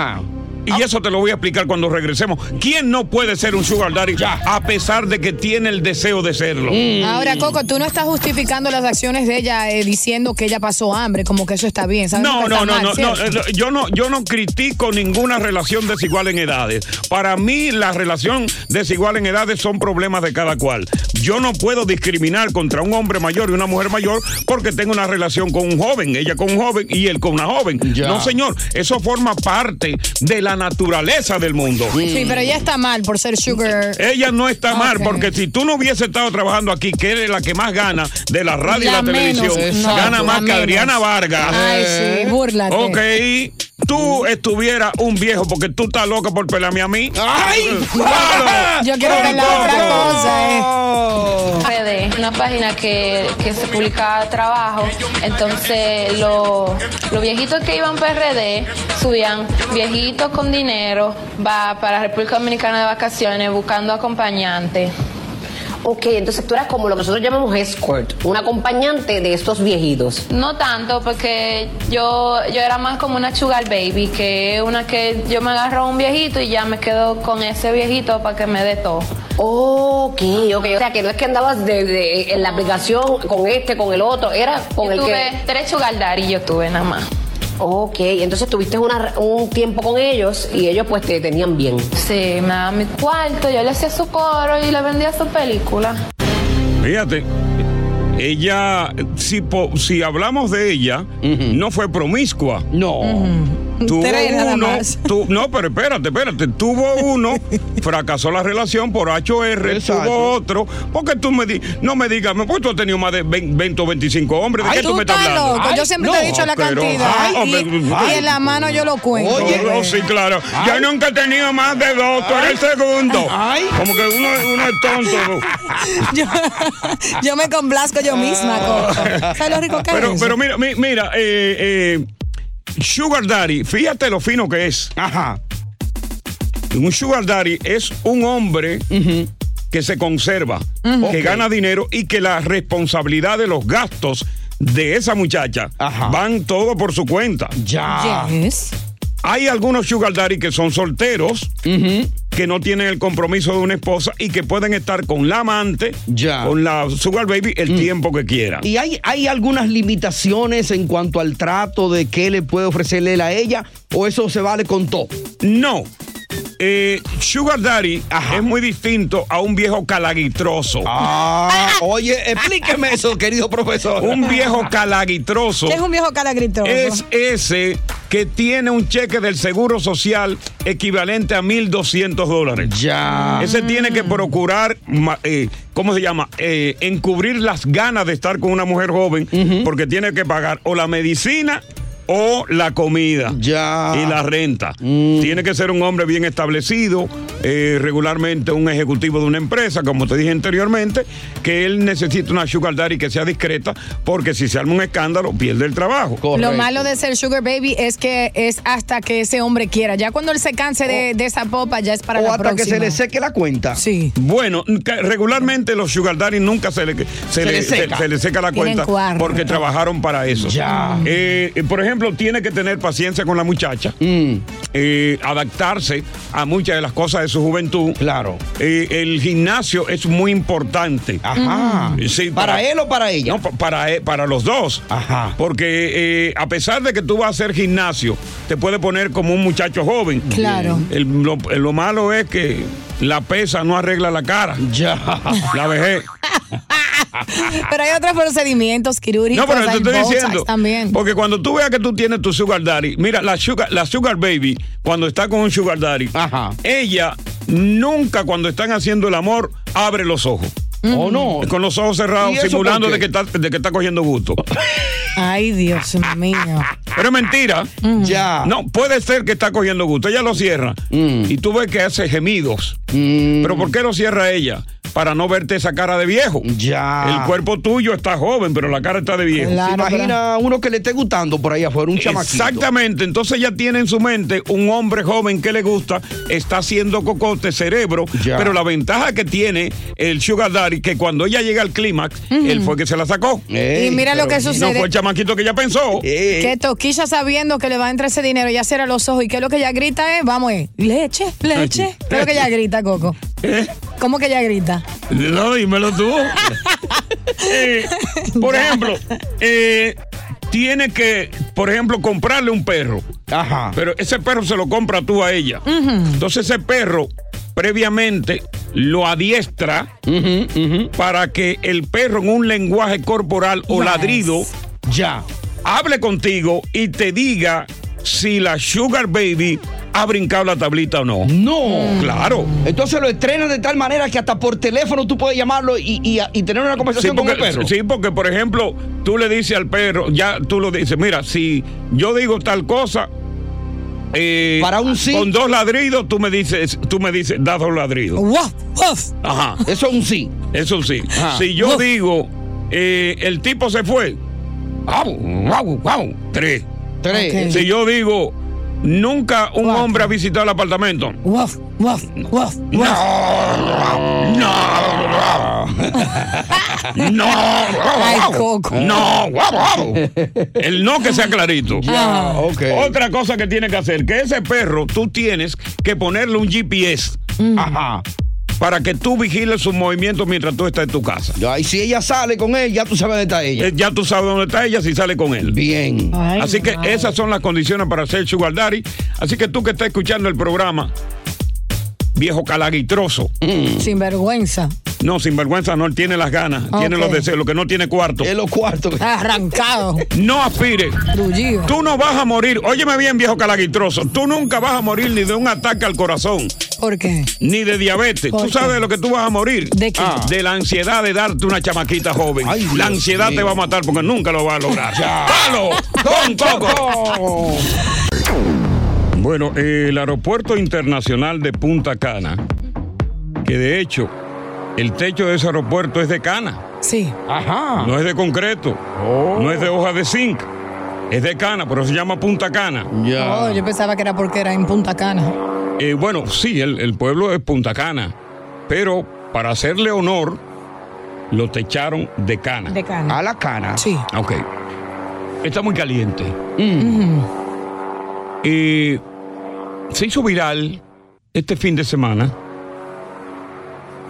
S4: Y eso te lo voy a explicar cuando regresemos. ¿Quién no puede ser un sugar daddy a pesar de que tiene el deseo de serlo?
S6: Ahora, Coco, tú no estás justificando las acciones de ella eh, diciendo que ella pasó hambre, como que eso está bien. Sabemos
S4: No,
S6: que
S4: no,
S6: está
S4: no,
S6: mal,
S4: no, no,
S6: ¿cierto?
S4: eh, yo no, yo no critico ninguna relación desigual en edades. Para mí, la relación desigual en edades son problemas de cada cual. Yo no puedo discriminar contra un hombre mayor y una mujer mayor porque tengo una relación con un joven, ella con un joven y él con una joven. No, señor, eso forma parte de la naturaleza del mundo.
S6: Sí, pero ella está mal por ser sugar.
S4: Ella no está mal, porque si tú no hubiese estado trabajando aquí, que eres la que más gana de la radio y
S6: La
S4: la
S6: menos,
S4: televisión,
S6: no,
S4: gana
S6: la
S4: más que
S6: menos.
S4: Adriana Vargas.
S6: Ay, sí, búrlate.
S4: Ok, tú estuvieras un viejo porque tú estás loca por pelarme a mí. ¡Ay!
S6: Yo quiero ver la otra cosa, eh.
S15: RD, una página que, que se publica trabajo. Entonces, lo- los viejitos que iban para RD subían viejitos con dinero, va para República Dominicana de vacaciones buscando acompañante.
S17: Ok, entonces tú eras como lo que nosotros llamamos escort, un acompañante de estos viejitos.
S15: No tanto, porque yo, yo era más como una sugar baby, que es una que yo me agarro a un viejito y ya me quedo con ese viejito para que me dé todo.
S17: Ok, ok. O sea, que no es que andabas de, de- en la aplicación con este, con el otro, era con
S15: Yo
S17: el
S15: tuve
S17: que...
S15: tres sugar daddy, yo tuve nada más.
S17: Ok, entonces tuviste una- un tiempo con ellos y ellos pues te tenían bien.
S15: Sí, me daba mi cuarto, yo le hacía su coro y le vendía su película.
S4: Fíjate, ella, si, po- si hablamos de ella, no fue promiscua.
S12: No.
S4: Tuvo
S12: Tres nada
S4: uno,
S12: más.
S4: tu- no, pero espérate, espérate. Tuvo
S6: [LAUGHS]
S4: uno, fracasó la relación por HR, tuvo otro. Porque tú me di, no me digas, pues tú has tenido más de 20 o 25 hombres. ¿De
S6: Ay,
S4: qué tú,
S6: tú
S4: me estás
S6: estás
S4: hablando?
S6: loco. Yo siempre te he dicho la cantidad. y, y en la mano yo lo cuento.
S4: No, no, oh, sí, claro. Yo nunca he tenido más de dos, tú eres el segundo. Como que uno, uno es tonto.
S8: [LAUGHS]
S6: [LAUGHS] yo, yo me complazco yo misma,
S4: [LAUGHS]
S6: Coco. ¿Sabes lo rico que
S4: Pero,
S6: es?
S4: pero mira, mi- mira, eh, eh, Sugar Daddy, fíjate lo fino que es.
S12: Ajá.
S4: Un sugar daddy es un hombre que se conserva,
S12: Ujú.
S4: que
S12: Ok.
S4: gana dinero y que la responsabilidad de los gastos de esa muchacha van todo por su cuenta.
S12: Ya.
S4: Hay algunos sugar daddy que son solteros, que no tienen el compromiso de una esposa y que pueden estar con la amante, con la sugar baby, el tiempo que quieran.
S12: Mm. ¿Y hay, hay algunas limitaciones en cuanto al trato de qué le puede ofrecerle él a ella? ¿O eso se vale con todo?
S4: No. Eh, Sugar Daddy es muy distinto a un viejo calaguitroso.
S12: Ah, oye, explíqueme eso, querido profesor.
S4: Un viejo calaguitroso
S6: Es un viejo calagrito.
S4: es ese que tiene un cheque del Seguro Social equivalente a 1.200 dólares.
S12: Ya.
S4: Ese tiene que procurar, ma- eh, ¿cómo se llama? Eh, encubrir las ganas de estar con una mujer joven porque tiene que pagar o la medicina o la comida y la renta. Tiene que ser un hombre bien establecido, eh, regularmente un ejecutivo de una empresa, como te dije anteriormente, que él necesita una sugar daddy que sea discreta, porque si se arma un escándalo, pierde el trabajo.
S6: Lo malo de ser sugar baby es que es hasta que ese hombre quiera. Ya cuando él se canse
S4: Oh.
S6: de, de esa popa, ya es para
S12: o
S6: la
S12: hasta que
S6: próxima.
S12: se le seque la cuenta.
S6: Sí.
S4: Bueno, ca- regularmente los sugar daddy nunca se le, se
S12: Se
S4: le-
S12: le
S4: se-
S12: seca.
S4: se le seca la
S12: Tienen
S4: cuenta
S12: cuarto.
S4: porque trabajaron para eso.
S12: Ya.
S4: Eh, eh, por ejemplo, tiene que tener paciencia con la muchacha,
S12: Mm.
S4: eh, adaptarse a muchas de las cosas de su juventud. Eh,
S12: Claro.
S4: el gimnasio es muy importante. Mm.
S12: Ajá.
S4: Sí,
S12: ¿Para él o para ella?
S4: No, pa- para, e- para los dos.
S12: Ajá.
S4: Porque eh, a pesar de que tú vas a hacer gimnasio, te puede poner como un muchacho joven.
S6: Claro.
S4: El- lo, lo malo es que la pesa no arregla la cara.
S12: Ya.
S4: La
S12: [LAUGHS]
S4: vejez.
S6: [LAUGHS] Pero hay otros procedimientos
S4: No,
S6: quirúrgicos.
S4: pero te
S6: hay
S4: estoy
S6: botox
S4: diciendo.
S6: También.
S4: Porque cuando tú veas que tú tienes tu sugar daddy, mira, la sugar, la sugar baby, cuando está con un sugar daddy, ella nunca cuando están haciendo el amor abre los ojos.
S12: ¿O Oh, no?
S4: Con los ojos cerrados,
S12: ¿Y eso
S4: simulando
S12: por
S4: de
S12: qué?
S4: que, está, de que está cogiendo
S12: [LAUGHS]
S4: gusto.
S6: Ay, Dios mío. Mm.
S4: Pero es mentira.
S6: Ah.
S12: Ya.
S4: No, puede ser que está cogiendo gusto. Ella lo cierra. Y tú ves que hace gemidos. Pero ¿por qué lo cierra ella? Para no verte esa cara de viejo.
S12: Ya.
S4: El cuerpo tuyo está joven, pero la cara está de viejo.
S12: ¿Se imagina uno que le esté gustando por ahí afuera, un chamaquito?
S4: Exactamente, entonces ya tiene en su mente un hombre joven que le gusta, está haciendo cocote, cerebro,
S12: Ya.
S4: pero la ventaja que tiene el Sugar Daddy que cuando ella llega al clímax, él fue que se la sacó.
S6: Y mira lo
S4: Pero
S6: que sucede.
S4: No fue el chamaquito que ella pensó.
S6: Que Toquilla sabiendo que le va a entrar ese dinero, ya cierra los ojos. ¿Y qué es lo que ella grita? Es, vamos, es, leche, leche. ¿Qué es lo que ella grita, Coco?
S4: ¿Eh?
S6: ¿Cómo que ella grita?
S4: No, dímelo tú. [LAUGHS] Eh, por ejemplo, eh, tiene que, por ejemplo, comprarle un perro.
S12: Ajá.
S4: Pero ese perro se lo compra tú a ella. Entonces ese perro previamente lo adiestra para que el perro en un lenguaje corporal o
S12: Yes.
S4: ladrido
S12: ya
S4: hable contigo y te diga si la sugar baby ha brincado la tablita o no.
S12: No.
S4: Claro.
S12: Mm. Entonces lo estrenas de tal manera que hasta por teléfono tú puedes llamarlo y, y- y tener una conversación
S4: Sí, porque,
S12: con el perro.
S4: sí, porque, por ejemplo, tú le dices al perro, ya tú lo dices, mira, si yo digo tal cosa, eh, con dos ladridos, tú me dices, tú me dices, da dos ladridos. Ajá.
S12: Eso es un sí.
S4: Eso es un sí.
S12: Ajá.
S4: Si yo
S12: Woof.
S4: digo, eh, el tipo se fue, au, au, au, tres.
S12: Tres. Ok.
S4: Si yo digo, nunca un hombre ha visitado el apartamento,
S6: Waf, waf, waf.
S4: no,
S6: Ay, Coco.
S4: No, guau, guau. El no que sea clarito. Ah, Otra cosa que tiene que hacer, que ese perro tú tienes que ponerle un GPS.
S6: Mm.
S12: Ajá.
S4: Para que tú vigiles sus movimientos mientras tú estás en tu casa. Eh,
S12: y si ella sale con él, ya tú sabes dónde está ella.
S4: ya tú sabes dónde está ella si sale con él.
S12: Bien.
S4: Así que esas son las condiciones para ser sugar daddy. Así que tú que estás escuchando el programa, viejo calaguitroso.
S6: Sin vergüenza.
S4: No, sinvergüenza no, él tiene las ganas, tiene
S6: Ok.
S4: los deseos, lo que no tiene cuarto.
S12: Es los cuartos.
S6: Arrancado.
S4: No aspires.
S6: Tullido.
S4: Tú no vas a morir. Óyeme bien, viejo calaguitroso. Tú nunca vas a morir ni de un ataque al corazón,
S6: ¿Por qué?
S4: ni de diabetes.
S6: ¿Por
S4: Tú
S6: qué?
S4: sabes de lo que tú vas a morir.
S6: ¿De qué?
S4: Ah. De la ansiedad de darte una chamaquita joven. la ansiedad te va a matar porque nunca lo vas a lograr. [LAUGHS] ¡Palo con coco! Bueno, eh, el aeropuerto internacional de Punta Cana, que de hecho el techo de ese aeropuerto es de cana.
S6: Sí.
S12: Ajá.
S4: No es de concreto. No es de hoja de zinc. Es de cana, pero se llama punta cana. Ah.
S6: Oh, yo pensaba que era porque era en Punta Cana.
S4: Eh, bueno, sí, el, el pueblo es Punta Cana, pero para hacerle honor, lo techaron de cana.
S6: De cana.
S12: A la cana.
S6: Sí.
S4: Ok. Está muy caliente.
S12: Mm.
S4: Eh, se hizo viral este fin de semana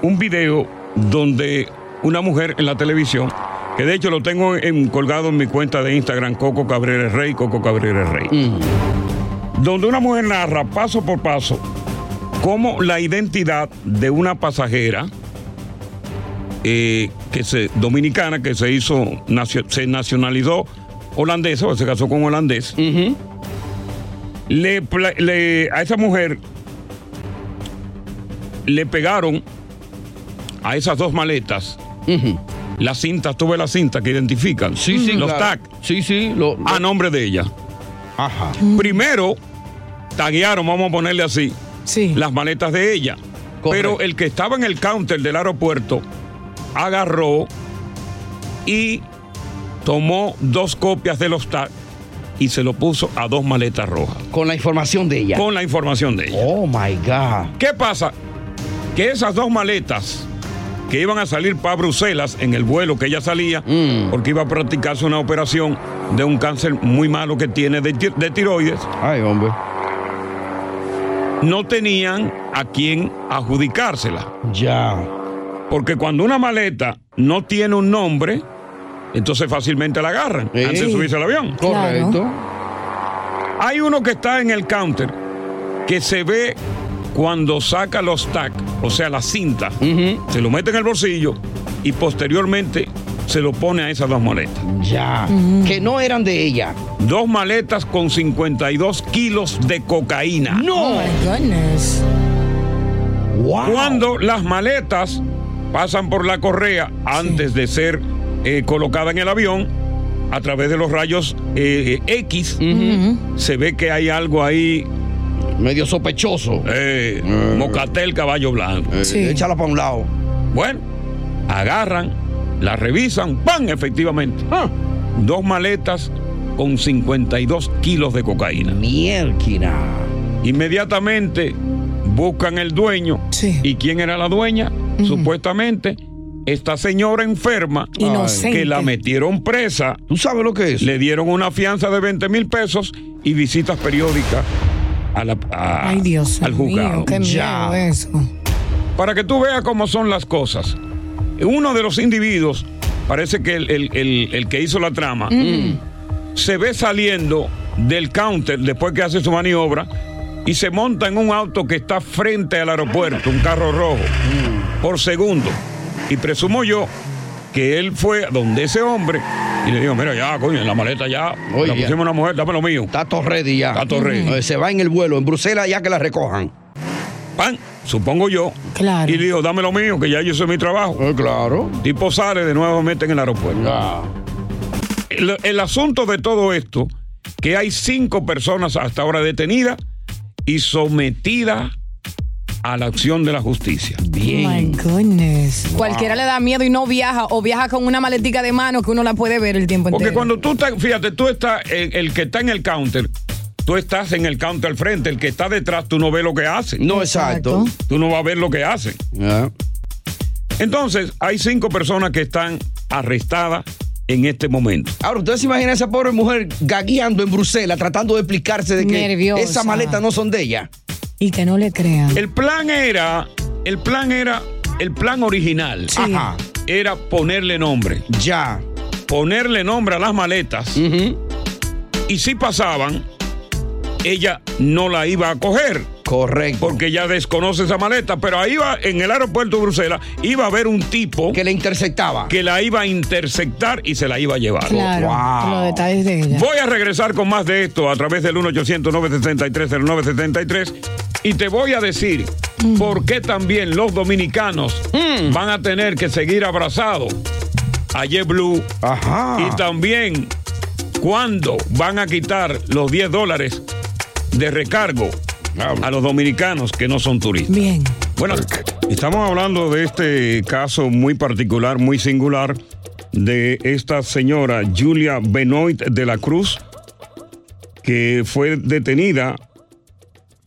S4: un video donde una mujer en la televisión, que de hecho lo tengo en- colgado en mi cuenta de Instagram, Coco Cabrera es Rey, Coco Cabrera es Rey, donde una mujer narra paso por paso cómo la identidad de una pasajera eh, que se, dominicana que se hizo, nacio- se nacionalizó holandesa, o se casó con un holandés, le pla- le- a esa mujer le pegaron a esas dos maletas las cintas, tuve las cintas que identifican.
S12: Sí, sí,
S4: Los
S12: claro.
S4: tags.
S12: Sí, sí. lo-
S4: A nombre de ella.
S12: Ajá.
S4: Primero, taguearon, vamos a ponerle así, las maletas de ella. Pero el que estaba en el counter del aeropuerto agarró y tomó dos copias de los tags y se lo puso a dos maletas rojas.
S12: Con la información de ella.
S4: Con la información de ella.
S12: Oh my God.
S4: ¿Qué pasa? Que esas dos maletas que iban a salir para Bruselas en el vuelo que ella salía,
S12: Mm.
S4: porque iba a practicarse una operación de un cáncer muy malo que tiene de, ti- de tiroides.
S12: Ay, hombre.
S4: No tenían a quién adjudicársela. Ya. Porque cuando una maleta no tiene un nombre, entonces fácilmente la agarran antes de subirse al avión.
S12: Correcto.
S4: Hay uno que está en el counter que se ve cuando saca los tac, o sea, la cinta, se lo mete en el bolsillo y posteriormente se lo pone a esas dos maletas.
S12: Ya. Que no eran de ella.
S4: Dos maletas con 52 kilos de cocaína.
S6: Oh my goodness.
S4: Cuando las maletas pasan por la correa antes de ser eh, colocada en el avión, a través de los rayos eh, eh, X, se ve que hay algo ahí. Eh,
S12: Medio sospechoso. Eh.
S4: Mocatel caballo blanco.
S12: Sí. échala para un lado.
S4: Bueno, agarran, la revisan, ¡pam! Efectivamente.
S12: Ah.
S4: Dos maletas con 52 kilos de cocaína.
S12: Mierda.
S4: Inmediatamente buscan el dueño. ¿Y quién era la dueña? Supuestamente. Esta señora enferma
S6: Inocente.
S4: que la metieron presa.
S12: ¿Tú sabes lo que es?
S4: Le dieron una fianza de 20 mil pesos y visitas periódicas a la- a-
S6: Ay, Dios.
S4: al
S6: mío,
S4: juzgado.
S6: qué miedo pues. eso.
S4: Para que tú veas cómo son las cosas. Uno de los individuos, parece que el, el- el- el que hizo la trama, se ve saliendo del counter después que hace su maniobra y se monta en un auto que está frente al aeropuerto, un carro rojo, por segundo. Y presumo yo que él fue donde ese hombre y le dijo, mira ya, coño, en la maleta ya,
S12: Oye,
S4: la
S12: ya.
S4: pusimos una mujer, dame lo mío.
S12: Está todo ready ya.
S4: Está todo ready.
S12: Eh, Se va en el vuelo. En Bruselas ya que la recojan.
S4: pan, supongo yo. Claro. Y le digo, dame lo mío, que ya yo hice mi trabajo.
S12: claro.
S4: Tipo sale, de nuevo mete en el aeropuerto. El, el asunto de todo esto, que hay cinco personas hasta ahora detenidas y sometidas a la acción de la justicia.
S6: Oh my goodness. Cualquiera le da miedo y no viaja o viaja con una maletica de mano que uno la puede ver el tiempo
S4: Porque
S6: entero.
S4: cuando tú estás, fíjate, tú estás, el, el que está en el counter, tú estás en el counter al frente, el que está detrás, tú no ves lo que hace.
S12: No, exacto.
S4: Tú no vas a ver lo que hace. Entonces, hay cinco personas que están arrestadas en este momento.
S12: Ahora, ¿ustedes se imaginan a esa pobre mujer gagueando en Bruselas tratando de explicarse de que
S6: Nerviosa.
S12: esas maletas no son de ella?
S6: Y que no le crean.
S4: El plan era, el plan era, el plan original
S12: Ajá.
S4: era ponerle nombre.
S12: Ya.
S4: Ponerle nombre a las maletas. Y si pasaban, ella no la iba a coger.
S12: Correcto.
S4: Porque ella desconoce esa maleta. Pero ahí va, en el aeropuerto de Bruselas, iba a haber un tipo.
S12: Que la interceptaba.
S4: Que la iba a interceptar y se la iba a llevar.
S6: Claro. Los detalles de ella.
S4: Voy a regresar con más de esto a través del 1 800 973 0973 y te voy a decir por qué también los dominicanos van a tener que seguir abrazados a JetBlue y también cuándo van a quitar los 10 dólares de recargo a los dominicanos que no son turistas.
S6: Bien.
S4: Bueno, estamos hablando de este caso muy particular, muy singular, de esta señora Julia Benoit de la Cruz, que fue detenida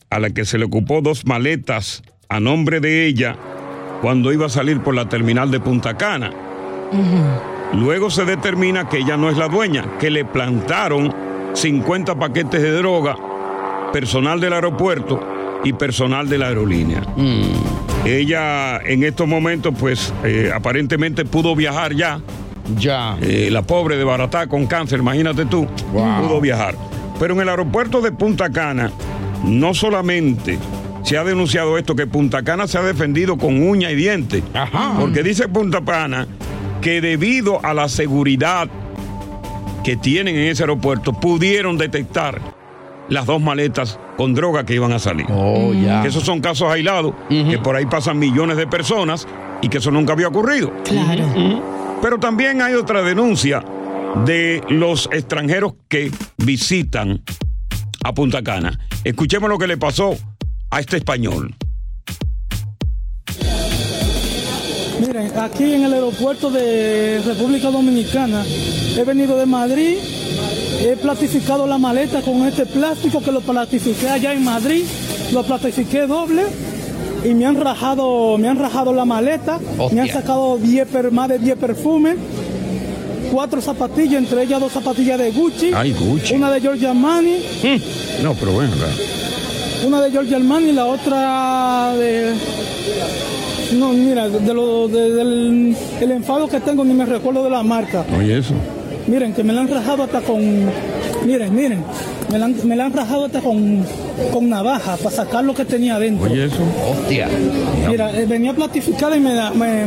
S4: a la que se le ocupó dos maletas a nombre de ella cuando iba a salir por la terminal de Punta Cana. Luego se determina que ella no es la dueña, que le plantaron 50 paquetes de droga, personal del aeropuerto y personal de la aerolínea.
S16: Mm,
S4: Ella en estos momentos, pues eh, aparentemente pudo viajar ya. Eh,
S12: Ya.
S4: la pobre de Baratá con cáncer, imagínate tú, pudo viajar. Pero en el aeropuerto de Punta Cana, no solamente se ha denunciado esto, que Punta Cana se ha defendido con uña y diente. Porque dice Punta Cana que debido a la seguridad que tienen en ese aeropuerto, pudieron detectar las dos maletas con droga que iban a salir.
S12: ya.
S4: Que esos son casos aislados, que por ahí pasan millones de personas y que eso nunca había ocurrido.
S11: Claro.
S4: Pero también hay otra denuncia de los extranjeros que visitan a Punta Cana. Escuchemos lo que le pasó a este español.
S18: Miren, aquí en el aeropuerto de República Dominicana, he venido de Madrid, he plastificado la maleta con este plástico que lo plastifiqué allá en Madrid, lo plastifiqué doble y me han rajado, me han rajado la maleta, me han
S19: Hostia.
S18: sacado 10 per- más de 10 perfumes, cuatro zapatillas, entre ellas dos zapatillas de Gucci,
S4: Ay, Gucci. Mm.
S18: una de Giorgio Armani,
S4: No, pero bueno, claro.
S18: una de Giorgio Armani y la otra de... No, mira, de lo, de- del el enfado que tengo ni me recuerdo de la marca.
S4: Oye, eso.
S18: Miren, que me la han rajado hasta con... Miren, miren, me la han, me la han rajado hasta con, con navaja para sacar lo que tenía adentro.
S4: Oye, eso.
S12: Hostia.
S18: Mira, eh, venía platificada y me, da- me-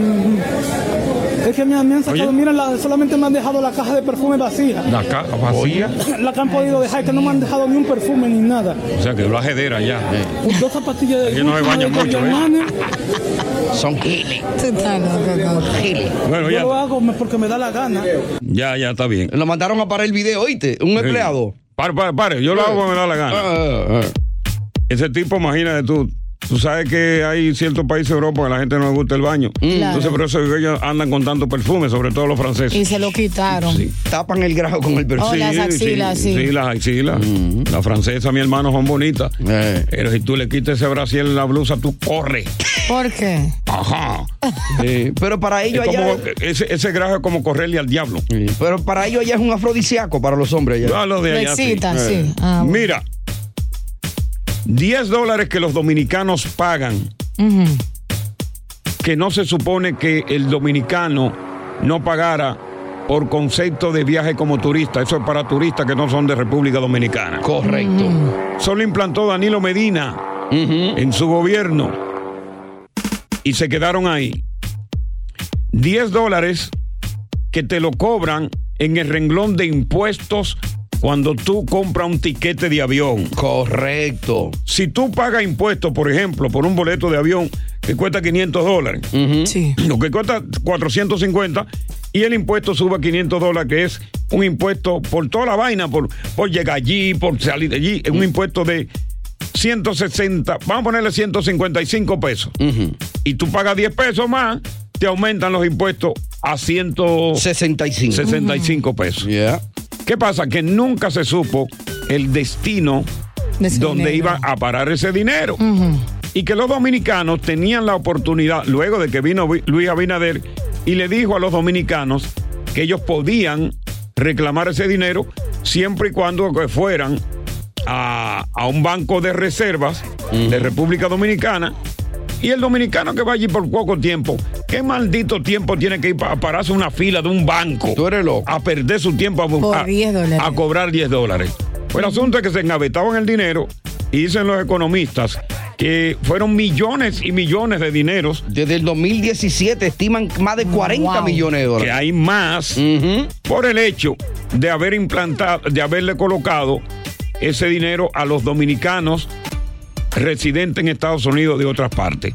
S18: Es que me, me han sacado, mira, la- solamente me han dejado la caja de perfume vacía.
S4: La caja vacía.
S18: La que han podido dejar, que no me han dejado ni un perfume ni nada.
S4: O sea, que la jedera ya.
S18: Dos zapatillas de...
S4: Aquí no
S18: Gucci,
S4: se
S18: una
S4: baña
S18: de Giorgio
S4: mucho, ¿eh?
S18: Armani,
S12: Son giles.
S18: Yo
S4: Bueno, ya,
S18: lo hago porque me da la gana.
S4: ya, ya está bien.
S12: Lo mandaron a parar el video, ¿oíste? Un empleado. Ah.
S4: Pare, pare, pare, yo lo hago cuando me da la gana. Ese tipo, imagínate tú. Tú sabes que hay ciertos países de Europa que a la gente no le gusta el baño. Entonces, por eso es que ellos andan con tanto perfume, sobre todo los franceses.
S6: Y se lo quitaron.
S12: Tapan el grado con el
S6: Oh,
S12: perfil.
S6: las axilas, sí.
S4: Sí, las axilas.
S12: Mm.
S4: Las francesas, mi hermano, son bonitas.
S12: Eh.
S4: Pero si tú le quitas ese brasier en la blusa, tú corres.
S6: ¿Por qué?
S4: Ajá.
S12: Pero para ellos
S4: Es como-
S12: allá.
S4: ese, ese grajo es como correrle al diablo.
S12: Pero para ellos allá es un afrodisíaco para los hombres allá.
S4: Ah, lo de
S6: Lo
S4: allá, sí.
S6: excita, sí.
S4: Eh.
S6: Ah, bueno.
S4: Mira, 10 dólares que los dominicanos pagan,
S6: Ujú.
S4: que no se supone que el dominicano no pagara por concepto de viaje como turista. Eso es para turistas que no son de República Dominicana.
S12: Correcto.
S4: Solo implantó Danilo Medina en su gobierno y se quedaron ahí. 10 dólares que te lo cobran en el renglón de impuestos cuando tú compras un tiquete de avión.
S12: Correcto.
S4: Si tú pagas impuestos, por ejemplo, por un boleto de avión que cuesta 500 dólares, lo que cuesta 450 y el impuesto sube a 500 dólares, que es un impuesto por toda la vaina, por, por llegar allí, por salir de allí, es un impuesto de 160, vamos a ponerle 155 pesos. Y tú pagas 10 pesos más, te aumentan los impuestos a 165 65 pesos. ¿Qué pasa? Que nunca se supo el destino
S6: De ese
S4: donde
S6: dinero.
S4: iba a parar ese dinero. Y que los dominicanos tenían la oportunidad, luego de que vino Vi- Luis Abinader y le dijo a los dominicanos que ellos podían reclamar ese dinero siempre y cuando que fueran a, a un banco de reservas de República Dominicana. Y el dominicano que va allí por poco tiempo, ¿qué maldito tiempo tiene que ir para pararse a una fila de un banco? A perder su tiempo a, bu-
S6: Por
S4: a-
S6: 10 dólares.
S4: a cobrar 10 dólares. Pues el asunto es que se engavetaban el dinero y dicen los economistas que fueron millones y millones de dineros.
S12: Desde el 2017 estiman más de 40 millones de dólares.
S4: Que hay más por el hecho de haber implantado, de haberle colocado ese dinero a los dominicanos residentes en Estados Unidos de otras partes.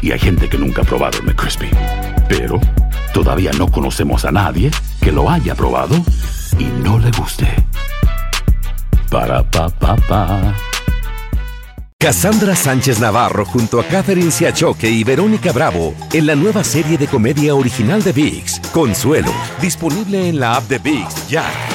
S16: y hay gente que nunca ha probado el McCrispy. Pero todavía no conocemos a nadie que lo haya probado y no le guste. Para pa pa pa.
S2: Cassandra Sánchez Navarro junto a Catherine Siachoque y Verónica Bravo en la nueva serie de comedia original de Vix, Consuelo, disponible en la app de Vix ya.